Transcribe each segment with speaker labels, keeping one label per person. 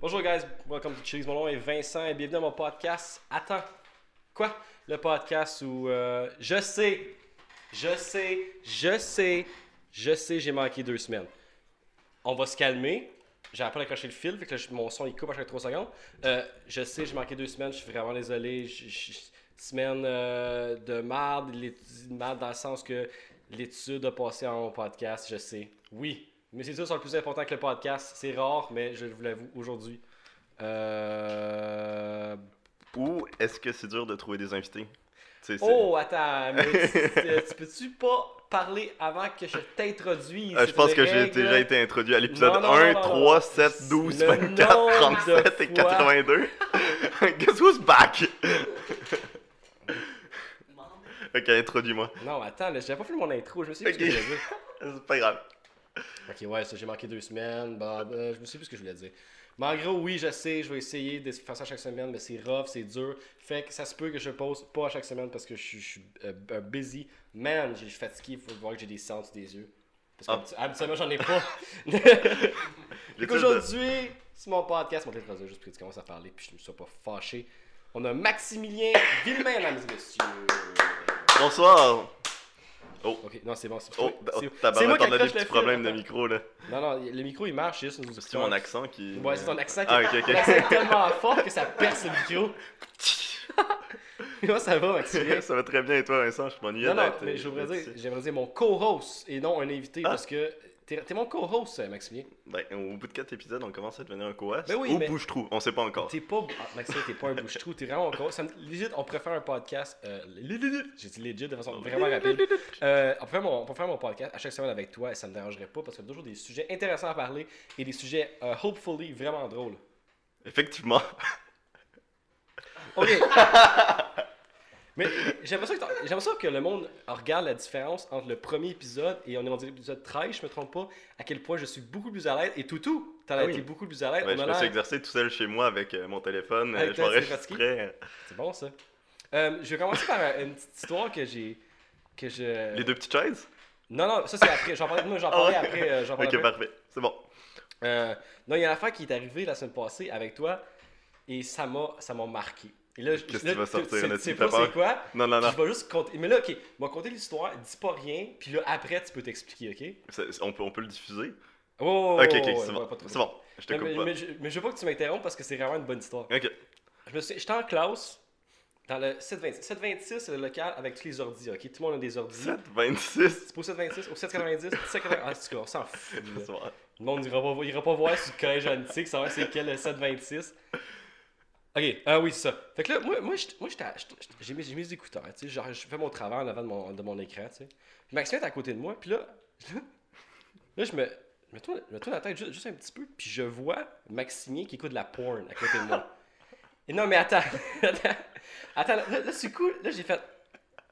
Speaker 1: Bonjour guys, welcome to Cheese. Mon nom est Vincent et bienvenue à mon podcast. Attends, quoi Le podcast où euh, je sais, je sais, je sais, je sais, j'ai manqué deux semaines. On va se calmer. J'ai appris à accrocher le fil, fait que là, je- mon son il coupe à chaque 3 secondes. Euh, je sais, j'ai manqué deux semaines, je suis vraiment désolé. Je- je- semaine euh, de marde, l'étude- marde dans le sens que l'étude a passé en mon podcast, je sais. Oui, mes études sont le plus important que le podcast, c'est rare, mais je vous l'avoue aujourd'hui. Euh...
Speaker 2: Ou est-ce que c'est dur de trouver des invités? Tu sais, c'est-
Speaker 1: Oh, attends, mais tu, euh, tu peux-tu pas parler avant que je t'introduise
Speaker 2: Ah, je
Speaker 1: C'est
Speaker 2: pense
Speaker 1: une
Speaker 2: que j'ai
Speaker 1: règle.
Speaker 2: déjà été introduit à l'épisode
Speaker 1: Non, non,
Speaker 2: 1,
Speaker 1: non, non,
Speaker 2: 3,
Speaker 1: non.
Speaker 2: 7, 12,
Speaker 1: Le
Speaker 2: 24,
Speaker 1: nombre de
Speaker 2: 37 et
Speaker 1: fois.
Speaker 2: 82. Guess who's back? ok, introduis-moi.
Speaker 1: Non, attends, là, j'avais pas fait mon intro, je me suis dit
Speaker 2: Ok.
Speaker 1: ce que je voulais dire.
Speaker 2: C'est pas grave.
Speaker 1: Ok, ouais, ça, j'ai manqué deux semaines, bah, bah, je me sais plus ce que je voulais dire. Mais en gros, oui, je sais, je vais essayer de faire ça chaque semaine, mais c'est rough, c'est dur. Fait que ça se peut que je pose pas à chaque semaine parce que je suis- je suis euh, euh, busy. Man, j'ai- je suis fatigué, il faut voir que j'ai des sangs sous des yeux. Parce que habituellement, j'en ai pas. Fait
Speaker 2: Ah. L'étude de-
Speaker 1: qu'aujourd'hui, c'est mon podcast, mon télétravail, juste pour que tu commences à parler, puis je ne sois pas fâché. On a Maximilien Villemain, mesdames et messieurs.
Speaker 2: Bonsoir.
Speaker 1: Ok, non, c'est bon, c'est c'est-
Speaker 2: Oh, oh
Speaker 1: c'est moi
Speaker 2: tabarnak,
Speaker 1: qui
Speaker 2: on a des
Speaker 1: accroche
Speaker 2: petits
Speaker 1: le fil,
Speaker 2: problèmes de
Speaker 1: attends.
Speaker 2: micro là.
Speaker 1: Non, non, le micro il marche, c'est juste nos
Speaker 2: C'est
Speaker 1: auditeurs.
Speaker 2: mon accent qui.
Speaker 1: Ouais, c'est ton accent qui
Speaker 2: Ah, ok, ok.
Speaker 1: l'accent est tellement fort que ça perce le micro. Comment ça va, Maximilien?
Speaker 2: ça va très bien et toi, Vincent? Je m'ennuyais
Speaker 1: Non, non,
Speaker 2: d'être.
Speaker 1: mais
Speaker 2: euh,
Speaker 1: j'aimerais dire,
Speaker 2: ici.
Speaker 1: j'aimerais dire mon co-host et non un invité
Speaker 2: Ah.
Speaker 1: parce que t'es t'es mon co-host, euh, Maximilien.
Speaker 2: Ben, au bout de 4 épisodes, on commence à devenir un co-host.
Speaker 1: Ben oui,
Speaker 2: Ou
Speaker 1: mais-
Speaker 2: bouche-trou, on sait pas encore.
Speaker 1: T'es pas. ah, Maxime, t'es pas un bouche-trou, t'es vraiment encore. Ça me- Legit, on préfère un podcast. euh, legit, J'ai dit legit de façon vraiment rapide. Euh, on, préfère mon, on préfère mon podcast à chaque semaine avec toi et ça me dérangerait pas parce qu'il y a toujours des sujets intéressants à parler et des sujets, euh, hopefully, vraiment drôles.
Speaker 2: Effectivement.
Speaker 1: Ok. Mais j'aimerais ça, que t'en- j'aimerais ça que le monde regarde la différence entre le premier épisode et on est rendu à l'épisode 13, je me trompe pas, à quel point je suis beaucoup plus à l'aise. Et Toutou, t'en as
Speaker 2: Ah oui.
Speaker 1: été beaucoup plus à l'aise.
Speaker 2: Ouais,
Speaker 1: On
Speaker 2: je
Speaker 1: a
Speaker 2: me suis
Speaker 1: l'air-
Speaker 2: exercé tout seul chez moi avec euh, mon téléphone. euh,
Speaker 1: Avec
Speaker 2: je
Speaker 1: toi, tu
Speaker 2: m'enregistrais.
Speaker 1: C'est bon ça. Euh, je vais commencer par euh, une petite histoire que j'ai. que je.
Speaker 2: Les deux petites chaises?
Speaker 1: Non, non, ça c'est après. J'en parlais, moi, j'en parlais
Speaker 2: Ah ouais.
Speaker 1: après. euh, j'en parlais
Speaker 2: ok,
Speaker 1: après.
Speaker 2: parfait. C'est bon.
Speaker 1: Euh, non, il y a une affaire qui est arrivée la semaine passée avec toi et ça m'a, ça m'a marqué. Et là, je-
Speaker 2: Qu'est-ce
Speaker 1: là,
Speaker 2: qui va sortir,
Speaker 1: tu-
Speaker 2: là,
Speaker 1: Tu
Speaker 2: tu
Speaker 1: sais
Speaker 2: me
Speaker 1: pas
Speaker 2: fais peur.
Speaker 1: c'est quoi?
Speaker 2: Non, non, non.
Speaker 1: Je vais juste compter. Mais là, ok, je vais compter l'histoire, dis pas rien, puis là, après, tu peux t'expliquer, ok?
Speaker 2: C'est- c'est- On peut, on peut le diffuser?
Speaker 1: Oh, oh, oh,
Speaker 2: ok, ok,
Speaker 1: oh, ouais,
Speaker 2: c'est
Speaker 1: ouais,
Speaker 2: bon.
Speaker 1: pas trop.
Speaker 2: C'est bon. Je te
Speaker 1: Non, mais,
Speaker 2: coupe pas.
Speaker 1: mais je, mais je veux pas que tu m'interrompes parce que c'est vraiment une bonne histoire.
Speaker 2: Ok.
Speaker 1: Je me suis- J'étais en classe, dans le 726. 726, c'est le local avec tous les ordis, ok? Tout le monde a des ordis.
Speaker 2: 7, 26.
Speaker 1: C'est pour 726, au 790, 790. Ah, c'est quoi, on s'en fout. là.
Speaker 2: C'est bon.
Speaker 1: Le monde ira pas, ira pas voir sur le collège antique, savoir c'est quel le 726. Ok, ah oui, c'est ça. Fait que là, moi, moi, j'étais- moi, j'étais à- j'étais- j'étais- j'ai mis, j'ai mis des écouteurs, tu sais, genre, je fais mon travail en avant de mon, de mon écran, tu sais. Puis Maxime est à côté de moi, puis là, là, là, je me, je me tourne, je me tourne la tête ju- juste, un petit peu, puis je vois Maximien qui écoute de la porn à côté de moi. Et non, mais attends, attends, attends, là, là, c'est cool, là, j'ai fait,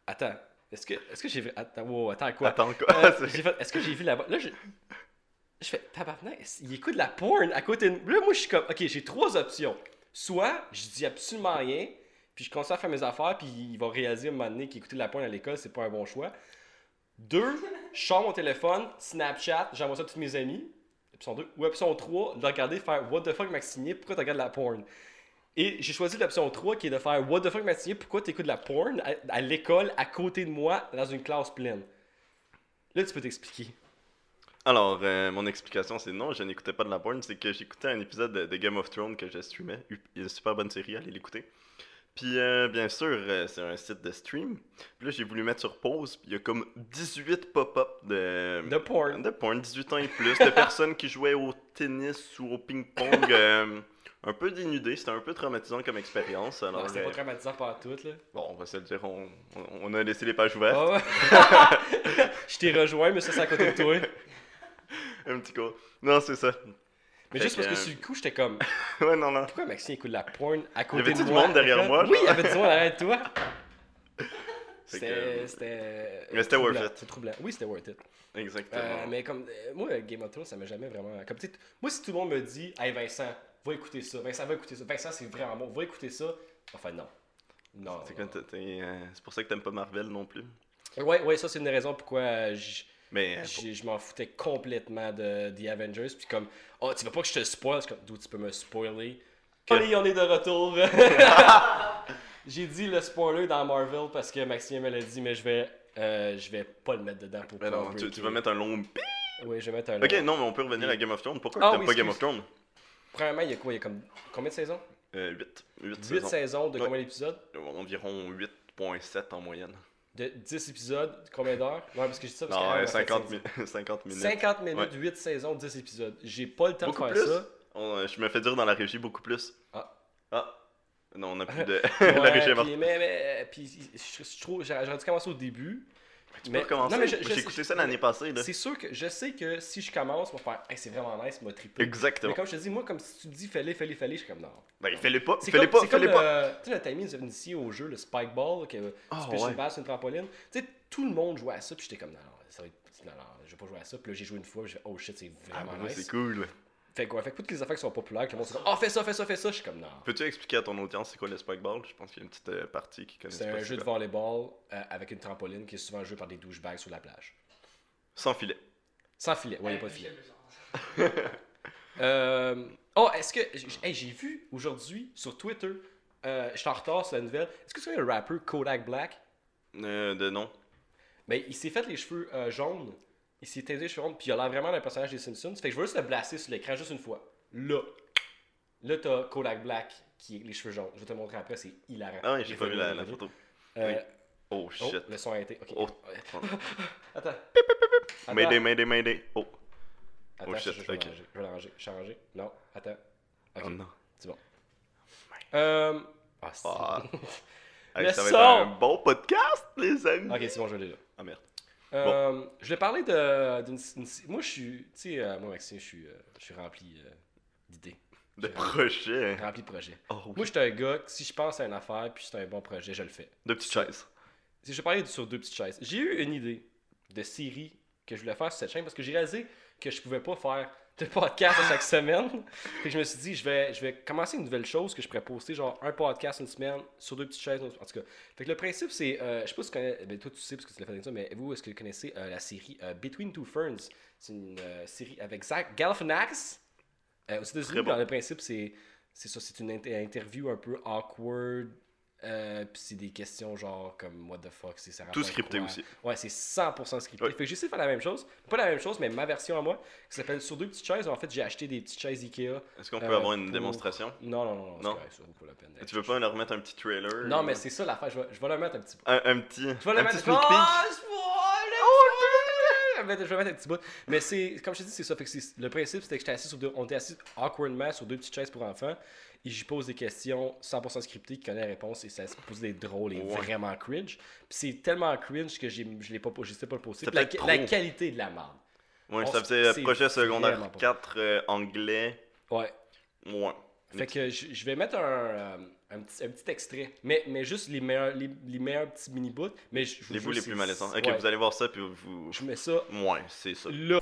Speaker 1: attends, est-ce que, est-ce que j'ai, vu- attends, wow, attends, quoi?
Speaker 2: Attends,
Speaker 1: Euh,
Speaker 2: quoi? C'est-
Speaker 1: j'ai fait, est-ce que j'ai vu la boîte? Là, je... je fais, tabarnak, il écoute de la porn à côté de Là, moi, je suis comme, ok, j'ai trois options. Soit, je dis absolument rien, puis je continue à faire mes affaires, puis il va réaliser à un moment donné qu'écouter de la porn à l'école, c'est pas un bon choix. Deux, je sors mon téléphone, Snapchat, j'envoie ça à tous mes amis. Option 2. Ou option 3, de regarder, faire What the fuck, Maxinier, pourquoi tu regardes de la porn? Et j'ai choisi l'option 3 qui est de faire What the fuck, Maxinier, pourquoi tu écoutes de la porn à, à l'école, à côté de moi, dans une classe pleine? Là, tu peux t'expliquer.
Speaker 2: Alors, euh, mon explication, c'est non, je n'écoutais pas de la porn. C'est que j'écoutais un épisode de, de Game of Thrones que je streamais. U- Une super bonne série, allez l'écouter. Puis, euh, bien sûr, euh, c'est un site de stream. Puis là, j'ai voulu mettre sur pause. puis il y a comme 18 pop-up de,
Speaker 1: De porn.
Speaker 2: De porn, 18 ans et plus, de personnes qui jouaient au tennis ou au ping-pong, euh, un peu dénudées, c'était un peu traumatisant comme expérience. Alors,
Speaker 1: Non, c'est
Speaker 2: euh,
Speaker 1: pas traumatisant par tout, là.
Speaker 2: bon, on va se le dire, on, on- on a laissé les pages ouvertes.
Speaker 1: Ah ouais. je t'ai rejoint, mais ça, c'est à côté de toi.
Speaker 2: Un petit coup. Non, c'est ça.
Speaker 1: Mais
Speaker 2: Fait
Speaker 1: juste parce
Speaker 2: que,
Speaker 1: que
Speaker 2: euh,
Speaker 1: sur le coup, j'étais comme,
Speaker 2: ouais, non, non.
Speaker 1: pourquoi Maxime écoute de la porn à
Speaker 2: Y
Speaker 1: côté de
Speaker 2: avait-tu
Speaker 1: moi?
Speaker 2: du monde derrière moi,
Speaker 1: Oui,
Speaker 2: genre?
Speaker 1: il y avait du monde derrière toi.
Speaker 2: Fait
Speaker 1: C'était.
Speaker 2: que-
Speaker 1: C'était.
Speaker 2: Mais c'était
Speaker 1: troublant,
Speaker 2: worth it.
Speaker 1: c'était troublant. Oui, c'était worth it.
Speaker 2: Exactement.
Speaker 1: Euh, mais comme. euh, Moi, euh, Game of Thrones, ça m'a jamais vraiment. Comme, tu sais, t- moi, si tout le monde me dit, hey Vincent, va écouter ça. Vincent, va écouter ça. Vincent, c'est vraiment bon. Va écouter ça. Enfin, non. Non.
Speaker 2: C'est
Speaker 1: non,
Speaker 2: quoi, t'es- t'es, euh, c'est pour ça que t'aimes pas Marvel non plus.
Speaker 1: non. Ouais, ouais, ça, c'est une raison pourquoi euh, j-
Speaker 2: Mais euh,
Speaker 1: J'ai- Je m'en foutais complètement de The Avengers. Puis comme, oh, tu veux pas que je te spoil? Je suis comme, d'où tu peux me spoiler?
Speaker 2: Que-
Speaker 1: Allez, on est de retour. J'ai dit le spoiler dans Marvel parce que Maxime me l'a dit, mais je vais, euh, je vais pas le mettre dedans pour
Speaker 2: mais
Speaker 1: pas
Speaker 2: non, tu,
Speaker 1: breaker.
Speaker 2: tu vas mettre un long. bip.
Speaker 1: Oui, je vais mettre un.
Speaker 2: Ok,
Speaker 1: long.
Speaker 2: non, mais on peut revenir à Game of Thrones. Pourquoi
Speaker 1: Ah
Speaker 2: t'aimes
Speaker 1: oui,
Speaker 2: pas Game of Thrones
Speaker 1: Premièrement, il y a quoi? Il y a comme combien de saisons?
Speaker 2: 8. 8
Speaker 1: 8
Speaker 2: saisons.
Speaker 1: saisons de
Speaker 2: Ouais.
Speaker 1: combien d'épisodes?
Speaker 2: Environ 8.7 en moyenne.
Speaker 1: De 10 épisodes, combien d'heures? Ouais, parce que je dis ça parce
Speaker 2: Non,
Speaker 1: que. euh,
Speaker 2: ouais, 50, mi- 50 minutes.
Speaker 1: 50 minutes,
Speaker 2: Ouais.
Speaker 1: 8 saisons, 10 épisodes. J'ai pas le temps
Speaker 2: Beaucoup
Speaker 1: de faire
Speaker 2: plus.
Speaker 1: ça.
Speaker 2: On- euh, je me fais dire dans la régie beaucoup plus.
Speaker 1: Ah.
Speaker 2: Ah. Non, on a plus de.
Speaker 1: Ouais,
Speaker 2: la régie est morte.
Speaker 1: puis, mais, mais, puis, je, je trouve, j'aurais j'aurais dû commencer au début.
Speaker 2: Tu
Speaker 1: mais-
Speaker 2: peux recommencer.
Speaker 1: non, mais je- je-
Speaker 2: J'ai écouté ça l'année passée. Là.
Speaker 1: C'est sûr que je sais que si je commence, on va faire hey, c'est vraiment nice, m'a trippé. Mais
Speaker 2: Exactement.
Speaker 1: comme je te dis, moi, comme si tu dis fais-les, fais-les, fais-les, je suis comme non.
Speaker 2: Ben, fais-les pas.
Speaker 1: C'est
Speaker 2: Fais-les
Speaker 1: comme,
Speaker 2: pas.
Speaker 1: c'est comme
Speaker 2: Fais-les
Speaker 1: le,
Speaker 2: pas.
Speaker 1: tu sais, le timing nous initié au jeu, le spike ball, que
Speaker 2: Ah,
Speaker 1: tu pêches
Speaker 2: ouais.
Speaker 1: une balle sur une trampoline. Tu sais, tout le monde jouait à ça, puis j'étais comme non, non, ça va être- non, non, je vais pas jouer à ça. Puis là, j'ai joué une fois, puis j'ai fait, oh shit, c'est
Speaker 2: Ah,
Speaker 1: vraiment
Speaker 2: ben, ouais,
Speaker 1: nice.
Speaker 2: c'est cool.
Speaker 1: Fait que, ouais, fait que toutes les affaires qui sont populaires, que le monde se dit, oh, fais ça, fais ça, fais ça, je suis comme non.
Speaker 2: Peux-tu expliquer à ton audience c'est quoi le spikeball Je pense qu'il y a une petite euh, partie qui connaissent
Speaker 1: C'est
Speaker 2: pas.
Speaker 1: un
Speaker 2: c'est
Speaker 1: jeu de
Speaker 2: quoi.
Speaker 1: volleyball euh, avec une trampoline qui est souvent jouée par des douchebags sur la plage.
Speaker 2: Sans filet.
Speaker 1: Sans filet. Ouais, il a pas de filet. Euh, Oh, est-ce que. j- hey, j'ai vu aujourd'hui sur Twitter, euh, je suis en retard sur la nouvelle. Est-ce que tu connais le rappeur Kodak Black
Speaker 2: Euh, de nom.
Speaker 1: Ben, il s'est fait les cheveux euh, jaunes. Il s'est teint les cheveux jaunes, puis il a l'air vraiment d'un personnage des Simpsons. Fait que je veux juste le blaster sur l'écran juste une fois. Là. Là, t'as Kodak Black qui est les cheveux jaunes. Je vais te le montrer après, c'est hilarant.
Speaker 2: Ah ouais, j'ai
Speaker 1: Les
Speaker 2: pas vu la, la
Speaker 1: vidéo.
Speaker 2: photo.
Speaker 1: Euh,
Speaker 2: Oh
Speaker 1: oh,
Speaker 2: shit.
Speaker 1: le son a été. ok.
Speaker 2: Oh.
Speaker 1: Attends.
Speaker 2: Mayday, mayday, mayday. Oh.
Speaker 1: Attends,
Speaker 2: shit,
Speaker 1: je, je vais
Speaker 2: ok.
Speaker 1: l'arranger, je vais l'arranger, changer. Non, attends. Ok,
Speaker 2: Oh non.
Speaker 1: c'est bon. Euh... Ah, c'est...
Speaker 2: Ah.
Speaker 1: Le
Speaker 2: Hey, ça va
Speaker 1: son!
Speaker 2: être un bon podcast, les amis.
Speaker 1: Ok, c'est bon, je l'ai déjà.
Speaker 2: Ah merde.
Speaker 1: Euh, Je vais parler de, d'une... une- Moi, je suis... Tu sais, euh, moi, Maxime, je suis, euh, je suis rempli euh, d'idées.
Speaker 2: De
Speaker 1: J'ai-
Speaker 2: projet.
Speaker 1: Rempli de projets.
Speaker 2: Oh,
Speaker 1: Ah. Moi, je suis un gars, que si je pense à une affaire, puis c'est un bon projet, je le fais.
Speaker 2: de petites chaises.
Speaker 1: Si je parlais sur deux petites chaises, j'ai eu une idée de série que je voulais faire sur cette chaîne parce que j'ai réalisé que je pouvais pas faire de podcast à chaque semaine. Fait que je me suis dit, je vais, je vais commencer une nouvelle chose que je pourrais poster, genre un podcast une semaine sur deux petites chaises. En tout cas, fait que le principe, c'est, euh, je sais pas si tu connais, ben, toi tu sais parce que tu l'as fait avec ça, mais vous, est-ce que vous connaissez euh, la série euh, Between Two Ferns C'est une euh, série avec Zach Galifianakis euh, aux États-Unis.
Speaker 2: Très bon.
Speaker 1: dans Le principe, c'est c'est ça, c'est une inter- interview un peu awkward. Euh, puis c'est des questions genre comme what the fuck, c'est ça
Speaker 2: Tout
Speaker 1: rapporte
Speaker 2: scripté
Speaker 1: quoi?
Speaker 2: aussi.
Speaker 1: Ouais, c'est 100% scripté.
Speaker 2: Ouais.
Speaker 1: Fait que j'essaie de faire la même chose, pas la même chose, mais ma version à moi, qui s'appelle Sur deux petites chaises. En fait, j'ai acheté des petites chaises Ikea.
Speaker 2: Est-ce qu'on peut
Speaker 1: Euh,
Speaker 2: avoir une
Speaker 1: pour-
Speaker 2: démonstration
Speaker 1: Non, non, non, non,
Speaker 2: Non.
Speaker 1: c'est correct, ça vaut pas la peine. d'aller
Speaker 2: Tu veux pas leur mettre un petit trailer
Speaker 1: Non, mais
Speaker 2: euh,
Speaker 1: c'est ça l'affaire, je vais, je vais le mettre un petit peu.
Speaker 2: Un, un petit,
Speaker 1: Je vais le
Speaker 2: un petit
Speaker 1: mettre
Speaker 2: sneak
Speaker 1: Ah,
Speaker 2: peek.
Speaker 1: c'est pas- le- Je vais mettre- je vais mettre un petit bout. Mais c'est, comme je te dis, c'est ça. Fait que c'est- le principe, c'était que j'étais assis sur deux, on était assis awkwardement sur deux petites chaises pour enfants. Et j'y pose des questions 100% scriptées qui connaît la réponse et ça se pose des drôles et
Speaker 2: Ouais.
Speaker 1: vraiment cringe. Puis c'est tellement cringe que j'ai, je l'ai pas, je sais pas le poster.
Speaker 2: Ça
Speaker 1: Puis La,
Speaker 2: fait
Speaker 1: la
Speaker 2: trop.
Speaker 1: qualité de la merde.
Speaker 2: Ouais,
Speaker 1: On
Speaker 2: ça
Speaker 1: s-
Speaker 2: faisait euh,
Speaker 1: c'est
Speaker 2: projet
Speaker 1: vraiment
Speaker 2: secondaire
Speaker 1: pas.
Speaker 2: 4 euh, anglais.
Speaker 1: Ouais.
Speaker 2: Ouais.
Speaker 1: Fait que je, je vais mettre un, euh, un, petit, un petit extrait, mais, mais juste les meilleurs, les, les meilleurs petits mini-bouts. Mais je, je vous
Speaker 2: Les
Speaker 1: jure,
Speaker 2: bouts les
Speaker 1: c'est-
Speaker 2: plus malaisants.
Speaker 1: c'est-
Speaker 2: Ok,
Speaker 1: ouais.
Speaker 2: vous allez voir ça, puis vous.
Speaker 1: Je mets ça
Speaker 2: Ouais, c'est ça.
Speaker 1: là.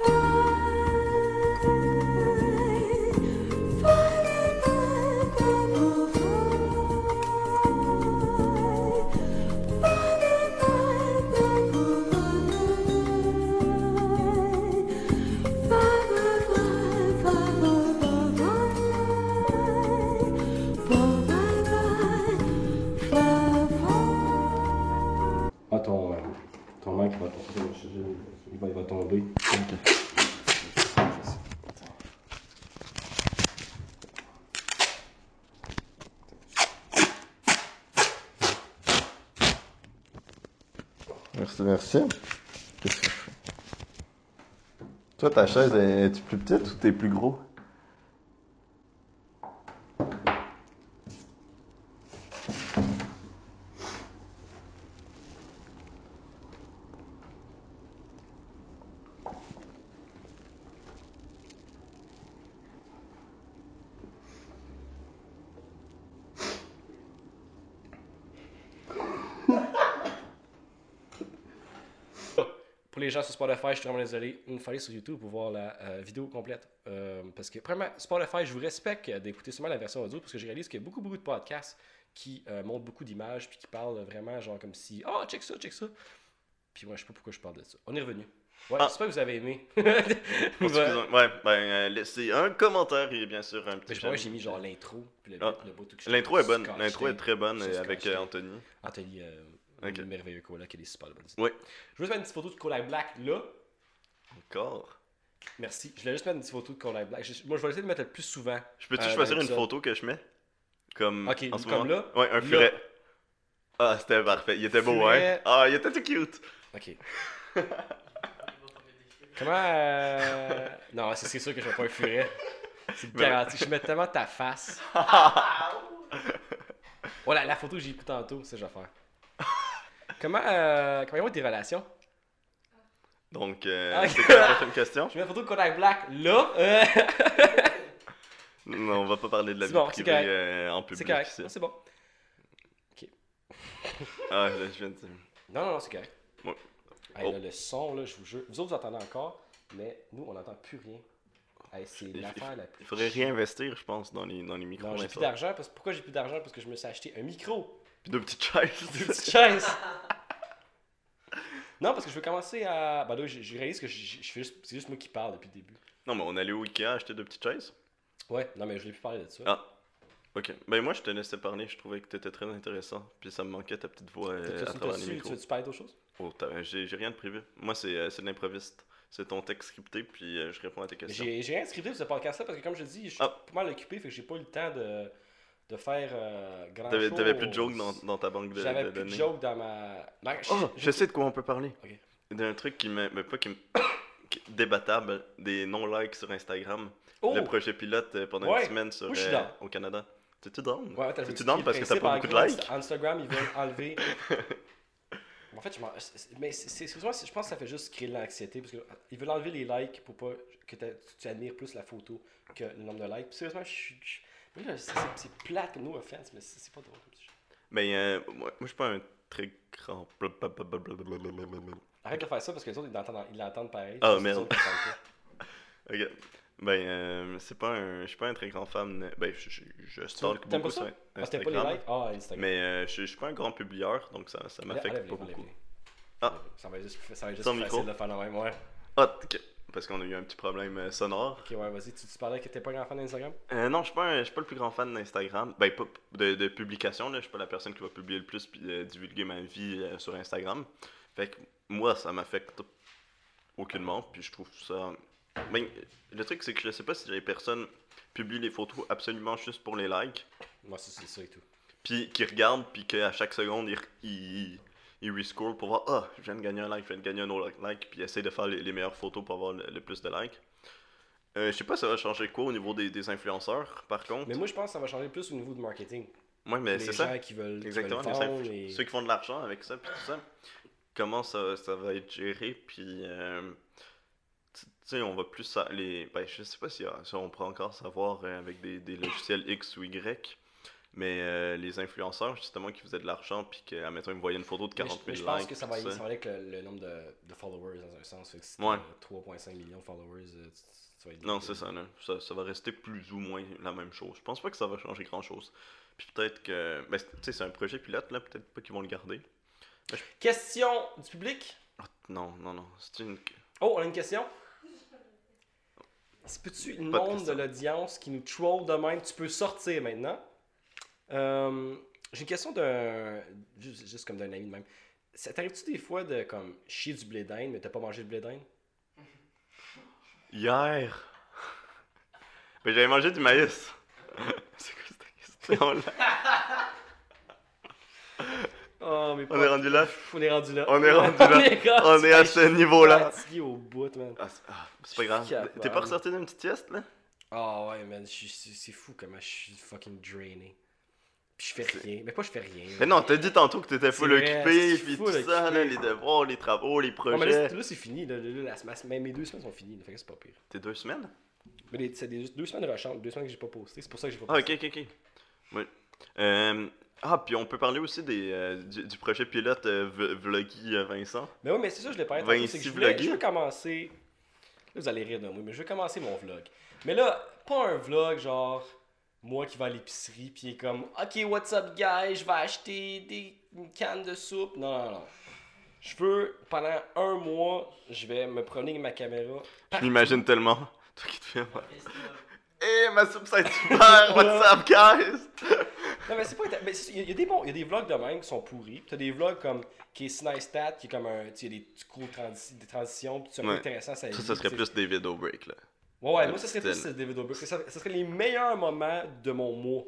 Speaker 1: Ah, ton, euh, ton mec va tomber. je- je- Il va, il va tomber.
Speaker 2: Merci, merci. Qu'est-ce que je fais? Toi, ta chaise, es-tu plus petite ou t'es plus gros?
Speaker 1: Pour les gens sur Spotify, je suis vraiment désolé. Il me fallait sur YouTube pour voir la euh, vidéo complète. Euh, parce que, premièrement, Spotify, je vous respecte euh, d'écouter seulement la version audio parce que je réalise qu'il y a beaucoup, beaucoup de podcasts qui euh, montrent beaucoup Ah, d'images puis qui parlent vraiment genre comme si « Oh, check ça, check ça! » Puis moi, je sais pas pourquoi je parle de ça. On est revenu. Ouais,
Speaker 2: Ah.
Speaker 1: j'espère que vous avez aimé. Ouais.
Speaker 2: Excusez-moi. Ouais, ben, euh, laissez un commentaire et bien sûr un
Speaker 1: Mais
Speaker 2: petit
Speaker 1: je moi, j'ai
Speaker 2: j'aime.
Speaker 1: mis genre l'intro. puis le,
Speaker 2: Ah.
Speaker 1: beat, le beau truc que je
Speaker 2: L'intro est
Speaker 1: t'ai
Speaker 2: bonne.
Speaker 1: scotché.
Speaker 2: L'intro est très bonne
Speaker 1: Je
Speaker 2: euh,
Speaker 1: suis
Speaker 2: avec
Speaker 1: scotché.
Speaker 2: euh, Anthony.
Speaker 1: Anthony, euh,
Speaker 2: Ok.
Speaker 1: le merveilleux Kola, qui est super bonne idée.
Speaker 2: Oui.
Speaker 1: Je veux juste mettre une petite photo de Kola Black là.
Speaker 2: Encore.
Speaker 1: Merci. Je voulais juste mettre une petite photo de Kola Black. Je- moi, je vais essayer de mettre le plus souvent.
Speaker 2: Je peux-tu
Speaker 1: Euh,
Speaker 2: choisir
Speaker 1: dans
Speaker 2: une
Speaker 1: l'épisode.
Speaker 2: photo que je mets Comme.
Speaker 1: Ok,
Speaker 2: en ce
Speaker 1: comme
Speaker 2: moment?
Speaker 1: là?
Speaker 2: Ouais, un
Speaker 1: Là.
Speaker 2: furet. Ah, c'était parfait. Il était beau, hein
Speaker 1: Furet.
Speaker 2: Ah, il était tout cute.
Speaker 1: Ok. Comment. euh, Non, c'est c'est sûr que je vais pas un furet. C'est
Speaker 2: Ben-
Speaker 1: garanti. Je mets tellement ta face. Voilà, la photo que j'ai prise tantôt, ça, je vais faire. Comment. Euh... Comment y avoir tes relations?
Speaker 2: Donc, euh,
Speaker 1: Ah,
Speaker 2: c'est quoi la prochaine question
Speaker 1: Je mets la photo de Kodak Black là. euh,
Speaker 2: Non, on va pas parler de la
Speaker 1: C'est
Speaker 2: vie
Speaker 1: bon, c'est
Speaker 2: privée
Speaker 1: correct.
Speaker 2: euh, en public.
Speaker 1: c'est correct.
Speaker 2: ici.
Speaker 1: Non, C'est bon.
Speaker 2: Ah, là, je viens de dire.
Speaker 1: Non, non, non, c'est correct.
Speaker 2: Ouais.
Speaker 1: Hey,
Speaker 2: Oh.
Speaker 1: là, le son, là, je vous jure. Vous autres, vous entendez encore, mais nous, on n'entend plus rien. Hey, c'est
Speaker 2: Il-
Speaker 1: l'affaire la plus.
Speaker 2: Il faudrait réinvestir, je pense, dans les, dans les micros.
Speaker 1: Non, j'ai
Speaker 2: mais
Speaker 1: plus
Speaker 2: ça.
Speaker 1: d'argent. Parce... Pourquoi j'ai plus d'argent? Parce que je me suis acheté un micro.
Speaker 2: Puis deux petites chaises.
Speaker 1: Deux petites chaises. non, parce que je veux commencer à. Ben là, je, je réalise que je, je- je fais juste... c'est juste moi qui parle depuis le début.
Speaker 2: non, mais on allait au Ikea acheter deux petites chaises.
Speaker 1: Ouais, non, mais je voulais plus parler de ça.
Speaker 2: Ah. Ok. Ben, moi, je te laissais parler. Je trouvais que t'étais très intéressant. Puis ça me manquait ta petite voix euh,
Speaker 1: T'as- t'as-
Speaker 2: à
Speaker 1: t'as-
Speaker 2: travers
Speaker 1: tu
Speaker 2: les micros.
Speaker 1: veux-tu parler d'autre chose?
Speaker 2: Oh, t'as- j'ai j'ai rien de prévu. Moi, c'est euh, c'est de l'improviste. C'est ton texte scripté, puis euh, je réponds à tes questions.
Speaker 1: J'ai j'ai rien scripté pour ce podcast-là parce que, comme je te dis, je suis
Speaker 2: Ah.
Speaker 1: pas mal occupé, fait que j'ai pas eu le temps de, de faire euh, grand
Speaker 2: T'avais
Speaker 1: chose.
Speaker 2: t'avais plus de jokes dans, dans ta banque de,
Speaker 1: J'avais
Speaker 2: de
Speaker 1: plus de
Speaker 2: données.
Speaker 1: joke dans ma. Non, je-
Speaker 2: Oh, je sais de quoi on peut parler.
Speaker 1: Ok.
Speaker 2: D'un truc qui me. mais pas qui me. qui- débattable, des non-likes sur Instagram.
Speaker 1: Oh!
Speaker 2: Le projet pilote euh, pendant
Speaker 1: Ouais.
Speaker 2: une semaine sur,
Speaker 1: Moi, je suis
Speaker 2: euh,
Speaker 1: down.
Speaker 2: au Canada. T'es-tu down?
Speaker 1: Ouais, attends, je vais expliquer
Speaker 2: T'es-tu down
Speaker 1: le
Speaker 2: parce que t'as
Speaker 1: principe.
Speaker 2: pas
Speaker 1: En
Speaker 2: beaucoup de
Speaker 1: gros,
Speaker 2: likes?
Speaker 1: c'est- Instagram, ils veulent enlever. en fait, je m'en. c'est- Mais c'est- c'est- excuse-moi, c'est- je pense que ça fait juste créer de l'anxiété parce qu'ils veulent enlever les likes pour pas que t'a- tu- tu admires plus la photo que le nombre de likes. Puis sérieusement, je suis. je- Mais là, c'est- c'est c'est plate comme nous, offense, mais c'est c'est pas drôle comme ça.
Speaker 2: Mais euh, moi, moi, je suis pas un très grand. blablabla.
Speaker 1: Arrête de faire ça parce que les autres, ils l'entendent, ils l'entendent pareil.
Speaker 2: Ah,
Speaker 1: C'est les
Speaker 2: merde.
Speaker 1: autres qui l'entendent
Speaker 2: Ok. Ben, euh, c'est pas un. Je suis pas un très grand fan. Ben, je, je, je stalk
Speaker 1: t'aimes pas
Speaker 2: beaucoup
Speaker 1: ça?
Speaker 2: sur
Speaker 1: pas. Ah, c'était pas les likes? Ah, Instagram.
Speaker 2: Mais euh, je, je suis pas un grand publieur, donc ça, ça m'affecte
Speaker 1: Enlève-les,
Speaker 2: pas beaucoup.
Speaker 1: enlève-les.
Speaker 2: Ah.
Speaker 1: Ça va juste, ça va juste
Speaker 2: Sans
Speaker 1: facile
Speaker 2: micro.
Speaker 1: de le faire la même, ouais.
Speaker 2: Ah, ok. Parce qu'on a eu un petit problème euh, sonore.
Speaker 1: Ok, ouais, vas-y, tu, tu parlais que t'es pas un grand fan d'Instagram?
Speaker 2: Euh, non, je suis pas, un- je suis pas le plus grand fan d'Instagram. Ben, pas de, de publication, là. Je suis pas la personne qui va publier le plus puis euh, divulguer ma vie euh, sur Instagram. Fait que moi, ça m'affecte aucunement, puis je trouve ça. Ben, le truc, c'est que je sais pas si les personnes publient les photos absolument juste pour les likes,
Speaker 1: Moi, ça, c'est ça et tout.
Speaker 2: puis qui regardent, puis qu'à chaque seconde, ils, re- ils, ils rescrollent pour voir Ah, je viens de gagner un like, je viens de gagner un autre like, puis ils essayent de faire les, les meilleures photos pour avoir le, le plus de likes. Euh, je sais pas, ça va changer quoi au niveau des, des influenceurs, par contre.
Speaker 1: Mais moi, je pense que ça va changer plus au niveau du marketing.
Speaker 2: Ouais, mais
Speaker 1: les
Speaker 2: Euh, c'est
Speaker 1: gens
Speaker 2: ça.
Speaker 1: qui veulent, qui
Speaker 2: Exactement.
Speaker 1: veulent
Speaker 2: les
Speaker 1: vendre
Speaker 2: influ-
Speaker 1: et-
Speaker 2: Ceux qui font de l'argent avec ça, puis tout ça. Comment ça, ça va être géré, puis. euh, tu tu sais, on va plus. à- les, ben, je sais pas si, ah, si on pourra encore savoir euh, avec des, des logiciels X ou Y, mais euh, les influenceurs, justement, qui faisaient de l'argent, puis que, admettons, ils me voyaient une photo de
Speaker 1: Mais je-
Speaker 2: 40 000
Speaker 1: mais je pense
Speaker 2: likes,
Speaker 1: que ça
Speaker 2: tout
Speaker 1: va, aller,
Speaker 2: ça.
Speaker 1: ça va aller avec le, le nombre de, de followers dans un sens. Fait que si t'as
Speaker 2: Ouais.
Speaker 1: 3,5 millions de followers, euh, tu, tu vas être.
Speaker 2: Non, c'est ça, là. ça. Ça va rester plus ou moins la même chose. Je pense pas que ça va changer grand chose. Puis peut-être que. Ben, c'est- tu sais, c'est un projet pilote, là. Peut-être pas qu'ils vont le garder.
Speaker 1: Question du public.
Speaker 2: Ah, non, non, non. C'est une.
Speaker 1: Oh, on a une question. Si peux-tu, le
Speaker 2: Pas de
Speaker 1: monde de
Speaker 2: question.
Speaker 1: l'audience qui nous troll de même, tu peux sortir maintenant. Euh, J'ai une question d'un. Juste, juste comme d'un ami de même. Ça t'arrive-tu des fois de comme chier du blé d'Inde, mais t'as pas mangé de blé d'Inde?
Speaker 2: Hier. Mais j'avais mangé du maïs. C'est quoi cette question-là?
Speaker 1: Oh, mais
Speaker 2: On est rendu là.
Speaker 1: On est rendu là.
Speaker 2: On est rendu là. On est à ce niveau-là.
Speaker 1: fatigué au bout, man.
Speaker 2: Ah, c'est ah, c'est pas grave.
Speaker 1: Capable.
Speaker 2: T'es pas ressorti d'une petite sieste, là?
Speaker 1: Ah ouais, man, je suis- c'est c'est fou comment je suis fucking drainé. Puis je fais
Speaker 2: C'est-
Speaker 1: rien. Mais pas je fais rien.
Speaker 2: Mais non, t'as dit tantôt que t'étais full
Speaker 1: C'est vrai,
Speaker 2: occupé,
Speaker 1: c'est
Speaker 2: puis tout
Speaker 1: full
Speaker 2: ça,
Speaker 1: occupé.
Speaker 2: là, les devoirs, les travaux, les
Speaker 1: Ouais, Ah, mais là,
Speaker 2: projets.
Speaker 1: c'est- là, c'est fini. Là, Là, la semaine- même mes deux semaines sont finies. Fait que c'est pas pire.
Speaker 2: T'es deux semaines?
Speaker 1: Mais les- c'est des deux semaines de rechange, deux semaines que j'ai pas posté. C'est pour ça que j'ai pas
Speaker 2: Ah,
Speaker 1: posté.
Speaker 2: ok, ok, ok. Oui. Euh, ah, puis on peut parler aussi des, euh, du, du projet pilote euh, v- Vloggy euh, Vincent.
Speaker 1: Mais oui, mais c'est ça, je l'ai pas
Speaker 2: Vingt-six
Speaker 1: C'est que je, voulais-
Speaker 2: vlogués.
Speaker 1: je veux commencer. Là, vous allez rire de moi, mais je veux commencer mon vlog. Mais là, pas un vlog genre moi qui vais à l'épicerie puis il est comme OK, what's up guys, je vais acheter des une canne de soupe. Non, non, non. Je veux, pendant un mois, je vais me promener avec ma caméra.
Speaker 2: Je m'imagine tellement. Toi qui te filmes. Hé, ma soupe, ça a été super! What's up, guys?
Speaker 1: Non, mais c'est pas. Mais c'est- il y, a- il y a des bons. Il y a des vlogs de même qui sont pourris. Puis T'as des vlogs comme Casey Neistat, qui est comme un. Tu sais, il y a des petits cours de transi- des transitions. Puis tu
Speaker 2: Ouais.
Speaker 1: intéressant. Ça,
Speaker 2: Ça, ça serait plus des vidéos break, là.
Speaker 1: Ouais, ouais,
Speaker 2: le
Speaker 1: moi, ça serait
Speaker 2: style.
Speaker 1: plus euh, David Dobrik. Ça, ça serait les meilleurs moments de mon mois.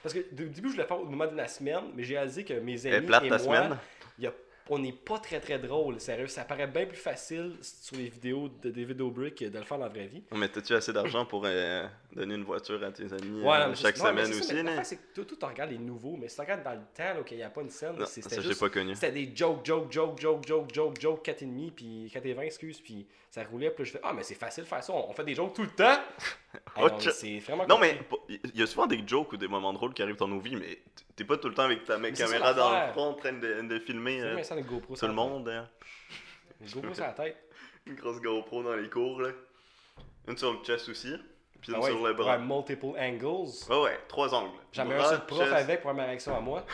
Speaker 1: Parce que d- au début, je voulais faire au moment de la semaine, mais j'ai réalisé que mes
Speaker 2: Elle est
Speaker 1: amis.
Speaker 2: plate
Speaker 1: et
Speaker 2: ta
Speaker 1: moi,
Speaker 2: semaine?
Speaker 1: y a- on n'est pas très très drôle, sérieux. Ça paraît bien plus facile sur les vidéos de David Dobrik que de le faire dans la vraie vie.
Speaker 2: Mais t'as-tu assez d'argent pour euh, donner une voiture à tes amis
Speaker 1: Ouais,
Speaker 2: euh,
Speaker 1: non, mais
Speaker 2: chaque
Speaker 1: c'est- ouais, mais
Speaker 2: semaine
Speaker 1: c'est ça,
Speaker 2: aussi,
Speaker 1: mais
Speaker 2: là?
Speaker 1: l'affaire, c'est que toi, toi, tu regardes les nouveaux, mais si tu regardes dans le temps, là, qu'il n'y a pas une scène,
Speaker 2: Non,
Speaker 1: c'est-
Speaker 2: ça,
Speaker 1: c'était
Speaker 2: j'ai
Speaker 1: juste
Speaker 2: pas connu.
Speaker 1: C'était des jokes, jokes, jokes, jokes, jokes, jokes, jokes, 4,5, puis 4,20, excuse, puis ça roulait, puis là, je fais Ah, mais c'est facile de faire ça, on on fait des jokes tout le temps! Ah, non,
Speaker 2: Oh,
Speaker 1: mais
Speaker 2: tcha-
Speaker 1: c'est vraiment
Speaker 2: Non, mais pour- il y a souvent des jokes ou des moments drôles qui arrivent dans nos vies, mais t'es pas tout le temps avec ta
Speaker 1: Mais c'est ça,
Speaker 2: caméra dans
Speaker 1: l'affaire.
Speaker 2: le front en train de, de filmer
Speaker 1: C'est
Speaker 2: euh,
Speaker 1: même ça, le GoPro
Speaker 2: tout
Speaker 1: sur
Speaker 2: le
Speaker 1: la
Speaker 2: monde. hein.
Speaker 1: tête. Le GoPro sur la tête.
Speaker 2: Une grosse GoPro dans les cours, là. Une sur le chest aussi, puis une
Speaker 1: Ah ouais,
Speaker 2: sur le
Speaker 1: pour
Speaker 2: bras.
Speaker 1: un multiple angles.
Speaker 2: Ouais, ouais, trois angles.
Speaker 1: J'avais un
Speaker 2: Bras,
Speaker 1: seul prof
Speaker 2: chest.
Speaker 1: avec pour avoir ma réaction à moi.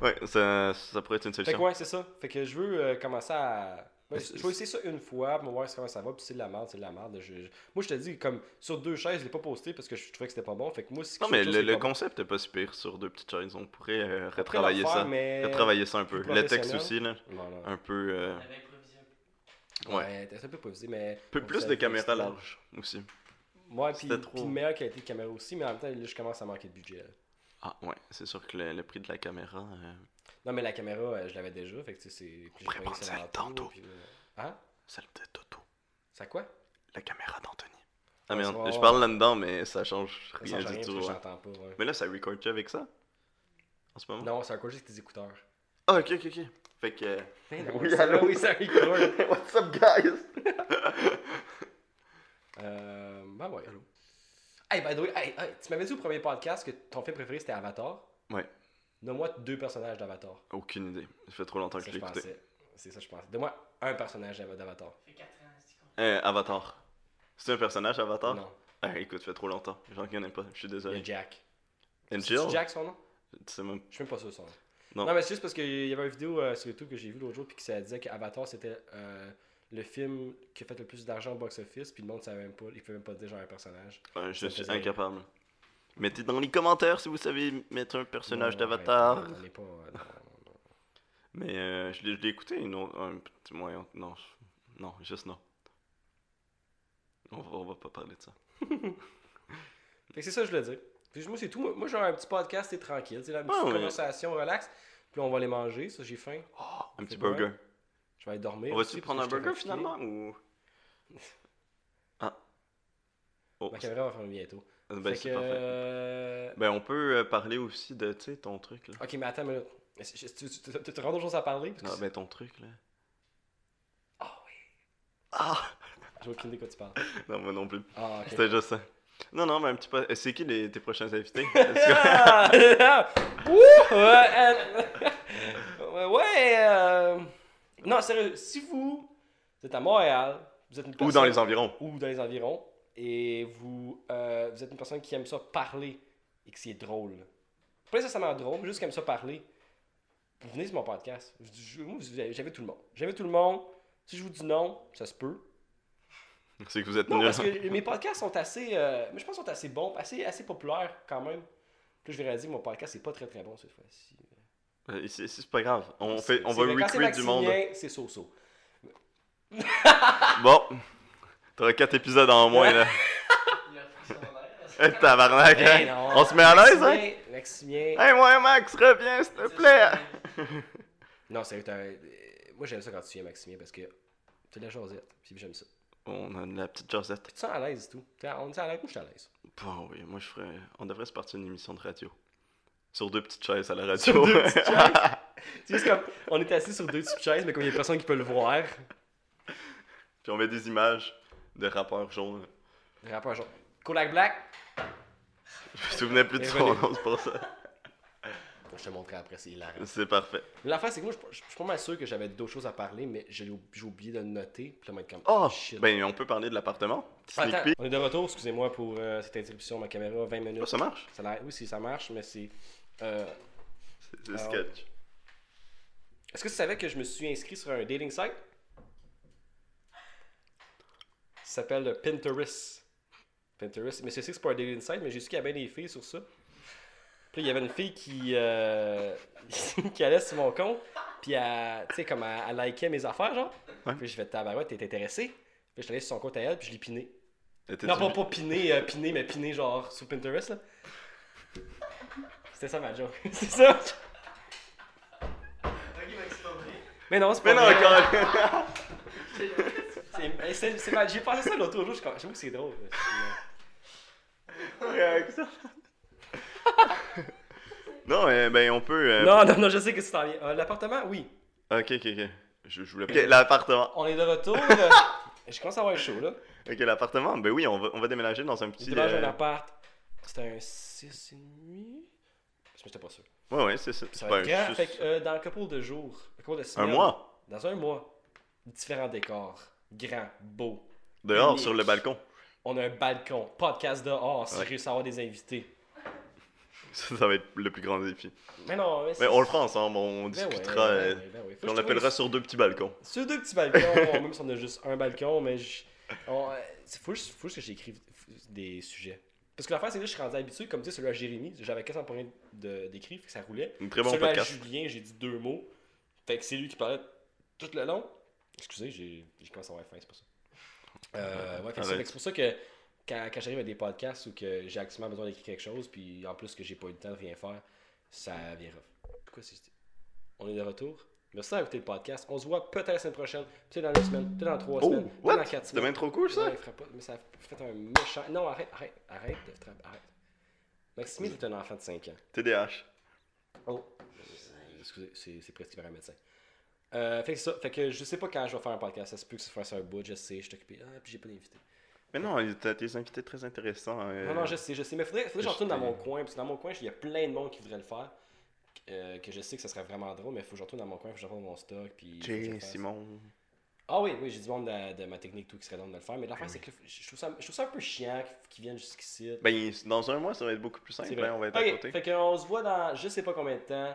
Speaker 2: Ouais, ça, ça pourrait être une
Speaker 1: Fait que
Speaker 2: solution.
Speaker 1: ouais, c'est ça. Fait que je veux euh, commencer à. Ouais,
Speaker 2: Mais
Speaker 1: je
Speaker 2: c'est-
Speaker 1: vais essayer ça une fois, pour voir comment ça va, puis c'est de la merde, c'est de la merde. Je- je- Moi, je te dis, comme sur deux chaises, je l'ai pas posté parce que je trouvais que c'était pas bon. Fait que moi, si
Speaker 2: Non,
Speaker 1: quelque
Speaker 2: mais
Speaker 1: chose
Speaker 2: le,
Speaker 1: qui est
Speaker 2: le
Speaker 1: pas bon,
Speaker 2: concept est pas super sur deux petites chaises. On pourrait euh,
Speaker 1: on pourrait le
Speaker 2: retravailler
Speaker 1: refaire,
Speaker 2: ça.
Speaker 1: mais-
Speaker 2: Retravailler ça un peu.
Speaker 1: plus
Speaker 2: Le texte
Speaker 1: professionnel.
Speaker 2: aussi, là.
Speaker 1: Non, non.
Speaker 2: Un peu. euh,
Speaker 3: On avait improvisé un peu.
Speaker 2: Ouais.
Speaker 1: Ouais, t'es un peu posé, mais.
Speaker 2: peu
Speaker 1: on
Speaker 2: plus
Speaker 1: s'est
Speaker 2: de caméra
Speaker 1: testé.
Speaker 2: large aussi.
Speaker 1: Ouais, puis,
Speaker 2: C'était trop.
Speaker 1: puis meilleure qualité de caméra aussi, mais en même temps, là, je commence à manquer de budget. là.
Speaker 2: Ah, ouais, c'est sûr que le, le prix de la caméra. euh,
Speaker 1: Non, mais la caméra, euh, je l'avais déjà, fait que tu sais, c'est. puis j'ai
Speaker 2: pourrait
Speaker 1: pas
Speaker 2: prendre
Speaker 1: réussi à
Speaker 2: celle
Speaker 1: l'avoir,
Speaker 2: tantôt.
Speaker 1: puis, euh, Hein
Speaker 2: Celle de Toto.
Speaker 1: Ça quoi
Speaker 2: La caméra d'Anthony. Ah
Speaker 1: Ouais,
Speaker 2: merde,
Speaker 1: ça va,
Speaker 2: je
Speaker 1: ouais.
Speaker 2: parle là-dedans, mais ça change
Speaker 1: Ça
Speaker 2: rien
Speaker 1: change
Speaker 2: du
Speaker 1: rien,
Speaker 2: tout.
Speaker 1: parce que
Speaker 2: ouais.
Speaker 1: j'entends pas. ouais.
Speaker 2: Mais là, ça record-tu avec ça En ce moment
Speaker 1: Non, c'est un coach avec tes écouteurs.
Speaker 2: Ah, ok, ok, ok. Fait que. euh,
Speaker 1: Mais non,
Speaker 2: Oui,
Speaker 1: c'est-
Speaker 2: allô?
Speaker 1: Oui, ça record.
Speaker 2: What's up, guys
Speaker 1: Euh, ben ouais. Allô? Hey, by the way, hey, hey, tu m'avais dit au premier podcast que ton film préféré c'était Avatar.
Speaker 2: Ouais.
Speaker 1: Donne-moi deux personnages d'Avatar.
Speaker 2: Aucune idée. Ça fait trop longtemps
Speaker 1: C'est ça
Speaker 2: que je
Speaker 1: que
Speaker 2: l'ai
Speaker 1: je
Speaker 2: écouté.
Speaker 1: pensais. C'est ça que je pensais. Donne-moi un personnage d'Ava- d'Avatar.
Speaker 3: Ça fait 4 ans, c'est qu'on
Speaker 2: Euh, Avatar. C'est un personnage, Avatar
Speaker 1: Non,
Speaker 2: Ah, écoute, ça fait trop longtemps. J'en connais pas. Je suis
Speaker 1: il y
Speaker 2: désolé.
Speaker 1: a Jack.
Speaker 2: And
Speaker 1: C'est-tu
Speaker 2: Jill
Speaker 1: Jack son nom
Speaker 2: Tu sais même-
Speaker 1: Je suis même pas sûr de son nom. Non,
Speaker 2: Non.
Speaker 1: mais c'est juste parce qu'il y avait une vidéo euh, sur YouTube que j'ai vue l'autre jour puis que ça disait qu'Avatar c'était euh, le film qui a fait le plus d'argent au box-office puis le monde savait même pas, il pouvait même pas dire genre un personnage.
Speaker 2: Euh, je
Speaker 1: Ça
Speaker 2: suis
Speaker 1: faisait rire.
Speaker 2: incapable. Mettez dans les commentaires si vous savez mettre un personnage
Speaker 1: Non, non,
Speaker 2: d'avatar.
Speaker 1: arrête, On est pas. euh, non, non, non.
Speaker 2: Mais euh, je l'ai je l'ai écouté une autre- un petit moyen. Non, je- non, juste non. On va, on va pas parler de ça.
Speaker 1: Fait que c'est ça que je voulais dire. Puis moi, c'est tout. Moi, moi, genre un petit podcast, c'est tranquille. C'est une petite
Speaker 2: Ah ouais.
Speaker 1: conversation relax. Puis on va aller manger, ça, j'ai faim.
Speaker 2: un petit
Speaker 1: pas mal.
Speaker 2: burger.
Speaker 1: Je vais aller dormir.
Speaker 2: On va-tu
Speaker 1: aussi,
Speaker 2: prendre un
Speaker 1: parce que
Speaker 2: burger
Speaker 1: j'étais fatigué.
Speaker 2: finalement ou. Ah. Oh,
Speaker 1: Ma
Speaker 2: c'est-
Speaker 1: caméra va fermer bientôt.
Speaker 2: ben,
Speaker 1: fait Bah, que.
Speaker 2: c'est parfait.
Speaker 1: euh,
Speaker 2: Ben, on peut euh, parler aussi de tu sais, ton truc là.
Speaker 1: Ok, mais attends une minute. Mais c'est- c'est- Tu tu- t'as- t'as vraiment d'autres choses à parler? Ah, Parce que
Speaker 2: Non,
Speaker 1: c'est-
Speaker 2: ben ton truc là.
Speaker 1: Ah oui.
Speaker 2: Ah
Speaker 1: J'ai aucune idée de quoi tu parles.
Speaker 2: Non, moi non plus.
Speaker 1: Ah, ok.
Speaker 2: C'était juste ça. Non, non, mais un petit peu. euh, C'est qui les, tes prochains invités
Speaker 1: Ah! Ouh! Ouais, euh, ouais, euh, Non, sérieux, si vous êtes à Montréal, vous êtes une
Speaker 2: Ou dans
Speaker 1: personne-
Speaker 2: les environs
Speaker 1: ou dans les environs et vous, euh, vous êtes une personne qui aime ça parler et que c'est drôle. Pas nécessairement drôle, mais juste qui aime ça parler. Vous venez sur mon podcast. Je- je- moi, vous- J'avais tout le monde. J'avais tout le monde. Si je vous dis non, ça se peut.
Speaker 2: C'est que vous êtes
Speaker 1: Non,
Speaker 2: nuls.
Speaker 1: parce que mes podcasts sont assez. euh, mais je pense qu'ils sont assez bons, assez, assez populaires quand même. Puis je vais réaliser que mon podcast, c'est pas très très bon cette fois-ci.
Speaker 2: Euh, C'est c'est pas grave. On, fait, on
Speaker 1: C'est
Speaker 2: va
Speaker 1: vrai, quand c'est
Speaker 2: recruter du monde.
Speaker 1: vaccinien, C'est so-so.
Speaker 2: Bon, t'auras 4 épisodes en moins là.
Speaker 3: Il a pris son verre.
Speaker 2: Hey, Tabarnak,
Speaker 1: Ben
Speaker 2: hein?
Speaker 1: non,
Speaker 2: On se met à l'aise, hein?
Speaker 1: vaccinien, vaccinien.
Speaker 2: Hey, moi, Max, reviens, s'il te plaît!
Speaker 1: Non, c'est un. euh, Moi, j'aime ça quand tu viens, Maximien, parce que t'es de la jasette. Puis j'aime ça.
Speaker 2: On a de la petite Josette.
Speaker 1: Tu te sens à l'aise, tout. T'es- On est à l'aise, moi, je suis à l'aise.
Speaker 2: Bon, oui, moi, je ferais. On devrait se partir une émission de radio. Sur deux petites chaises à la radio.
Speaker 1: Sur deux petites chaises. C'est juste comme. On est assis sur deux petites chaises, mais comme il y a personne qui peut le voir.
Speaker 2: Puis on met des images de rappeurs jaunes.
Speaker 1: Le rappeur, genre. Kodak Black.
Speaker 2: Je me souvenais plus de
Speaker 1: Et
Speaker 2: son
Speaker 1: venez.
Speaker 2: nom, c'est pour ça.
Speaker 1: Je te montrerai après, c'est hilarant.
Speaker 2: C'est parfait.
Speaker 1: Mais L'affaire, c'est que moi, je, je suis pas mal sûr que j'avais d'autres choses à parler, mais j'ai j'ai oublié de le noter. Puis là, moi, comme.
Speaker 2: Oh,
Speaker 1: shit.
Speaker 2: ben, on peut parler de l'appartement. Petit sneak
Speaker 1: Attends,
Speaker 2: peek.
Speaker 1: on est de retour, excusez-moi pour euh, cette interruption, ma caméra, 20 minutes.
Speaker 2: Oh, ça marche.
Speaker 1: Ça l'arrête- oui, si ça marche, mais c'est. euh,
Speaker 2: C'est c'est
Speaker 1: Alors.
Speaker 2: sketch.
Speaker 1: Est-ce que tu savais que je me suis inscrit sur un dating site? Ça s'appelle Pinterest. Pinterest. Mais c'est c'est que c'est pas un dating site, mais j'ai su qu'il y avait des filles sur ça. Puis là, il y avait une fille qui, euh, qui allait sur mon compte, puis elle, tu sais, comme elle, elle likait mes affaires, genre.
Speaker 2: Ouais.
Speaker 1: Puis je vais tabarouette, t'es intéressé? Puis je suis allé sur son compte à elle, puis je l'ai piné.
Speaker 2: T'étais-tu
Speaker 1: Non, pas,
Speaker 2: bi-
Speaker 1: pas piné, euh, piné, mais piné genre sur Pinterest, là. C'était ça ma joke. c'est ça?
Speaker 3: Ok, mais c'est pas vrai.
Speaker 1: Mais non, c'est pas
Speaker 2: Mais non,
Speaker 1: vrai.
Speaker 2: encore!
Speaker 1: C'est- mais C'est c'est mal. J'ai pensé ça l'autre jour. je suis comme- J'avoue que c'est drôle. là.
Speaker 2: Réaction. non, euh, ben on peut. euh,
Speaker 1: Non, non, non, je sais que c'est en lien. Euh, L'appartement, oui.
Speaker 2: Ok, ok, ok. Je, je voulais. Ok, l'appartement.
Speaker 1: On est de retour. euh, je commence à avoir chaud, là.
Speaker 2: Ok, l'appartement. Ben oui, on va, on va déménager dans un
Speaker 1: J'ai
Speaker 2: petit.
Speaker 1: déménagé
Speaker 2: euh,
Speaker 1: un appart. C'était un 6,5. Je n'étais pas sûr.
Speaker 2: Ouais, ouais, c'est ça.
Speaker 1: Ça
Speaker 2: C'est
Speaker 1: va
Speaker 2: pas
Speaker 1: être grand.
Speaker 2: un.
Speaker 1: Fait
Speaker 2: juste-
Speaker 1: que, euh, dans un couple de jours, un couple de
Speaker 2: Ben, Un
Speaker 1: semaines.
Speaker 2: mois
Speaker 1: Dans un mois. Différents décors. Grand, beau.
Speaker 2: dehors
Speaker 1: unique.
Speaker 2: sur le balcon.
Speaker 1: On a un balcon. Podcast dehors si
Speaker 2: Ouais.
Speaker 1: je réussis à avoir des invités.
Speaker 2: Ça, ça va être le plus grand défi.
Speaker 1: Mais non, mais c'est-
Speaker 2: Mais on le fera ensemble,
Speaker 1: Ben
Speaker 2: on
Speaker 1: ouais,
Speaker 2: discutera.
Speaker 1: ben ouais,
Speaker 2: euh,
Speaker 1: ben ouais. Faut
Speaker 2: puis
Speaker 1: que
Speaker 2: on
Speaker 1: je trouve
Speaker 2: l'appellera sur deux petits balcons.
Speaker 1: Sur deux petits balcons, bon, même si on a juste un balcon, mais je. on- euh, c'est- faut, juste, faut juste que j'écrive des sujets. Parce que l'affaire, c'est que là, je suis rendu habitué, comme tu sais, celui à Jérémy, j'avais quasiment pas rien de- d'écrire, fait que ça roulait.
Speaker 2: Un très bon
Speaker 1: celui à
Speaker 2: podcast.
Speaker 1: Julien, j'ai dit deux mots. Fait que c'est lui qui parlait tout le long. Excusez, j'ai j'ai commencé à avoir faim, c'est pour ça. Euh, ouais, fait que c'est
Speaker 2: Arrête.
Speaker 1: fait que c'est pour ça que quand, quand j'arrive à des podcasts ou que j'ai absolument besoin d'écrire quelque chose, puis en plus que j'ai pas eu le temps de rien faire, ça vient rough. Pourquoi c'est. On est de retour. Merci d'avoir écouté le podcast. On se voit peut-être la semaine prochaine, peut-être dans deux semaines, peut-être dans trois
Speaker 2: Oh,
Speaker 1: semaines, peut-être
Speaker 2: what?
Speaker 1: dans quatre
Speaker 2: C'était
Speaker 1: semaines.
Speaker 2: bien trop cool ça.
Speaker 1: Ouais, il fera pas- mais ça a fait un méchant. Non, arrête, arrête, arrête de frapper, arrête. Maxime est un enfant de 5 ans.
Speaker 2: TDH.
Speaker 1: Oh, euh, excusez, c'est c'est prescrit par un médecin. Euh, fait que c'est ça, fait que je sais pas quand je vais faire un podcast, ça se peut que ça fasse un bout, je sais, je suis occupé, ah, puis j'ai pas d'invité.
Speaker 2: Mais non, t'as des invités très intéressants. euh,
Speaker 1: Non, non, je sais, je sais, mais faudrait, faudrait que je
Speaker 2: je
Speaker 1: retourne dans
Speaker 2: t'ai-
Speaker 1: mon coin, parce que dans mon coin, il y a plein de monde qui voudrait le faire, euh, que je sais que ça serait vraiment drôle, mais faut que je retourne dans mon coin, faut que je reprenne mon stock, puis... faut que je le
Speaker 2: Jay,
Speaker 1: fasse.
Speaker 2: Simon.
Speaker 1: Ah oui, oui, j'ai du monde de, de ma technique, tout, qui serait drôle de le faire, mais
Speaker 2: Ah
Speaker 1: l'affaire, c'est que je trouve, ça, je trouve ça un peu chiant qu'ils- qu'ils viennent jusqu'ici.
Speaker 2: Ben, dans un mois, ça va être beaucoup plus
Speaker 1: C'est
Speaker 2: simple.
Speaker 1: vrai.
Speaker 2: hein, on va être
Speaker 1: Ok,
Speaker 2: à côté.
Speaker 1: Fait qu'on se voit dans je sais pas combien de temps.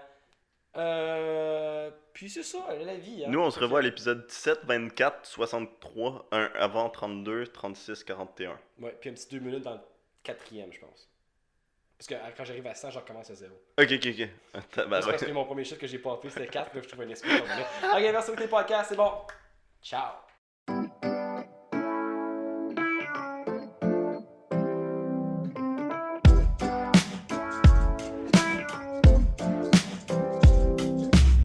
Speaker 1: Euh, puis c'est ça, la vie. hein.
Speaker 2: Nous, on se
Speaker 1: Fait que-
Speaker 2: revoit à l'épisode 17, 24, 63, 1 avant 32, 36, 41.
Speaker 1: Ouais, puis un petit deux minutes dans le quatrième, je pense. Parce que euh, quand j'arrive à 100, je recommence à zéro.
Speaker 2: Ok, ok, ok. Ah,
Speaker 1: Là,
Speaker 2: tabarouette.
Speaker 1: c'est parce que mon premier chiffre que j'ai pas appris, c'était 4, là, je trouve un esprit. comme là. ok, merci pour tes podcasts, c'est bon. Ciao.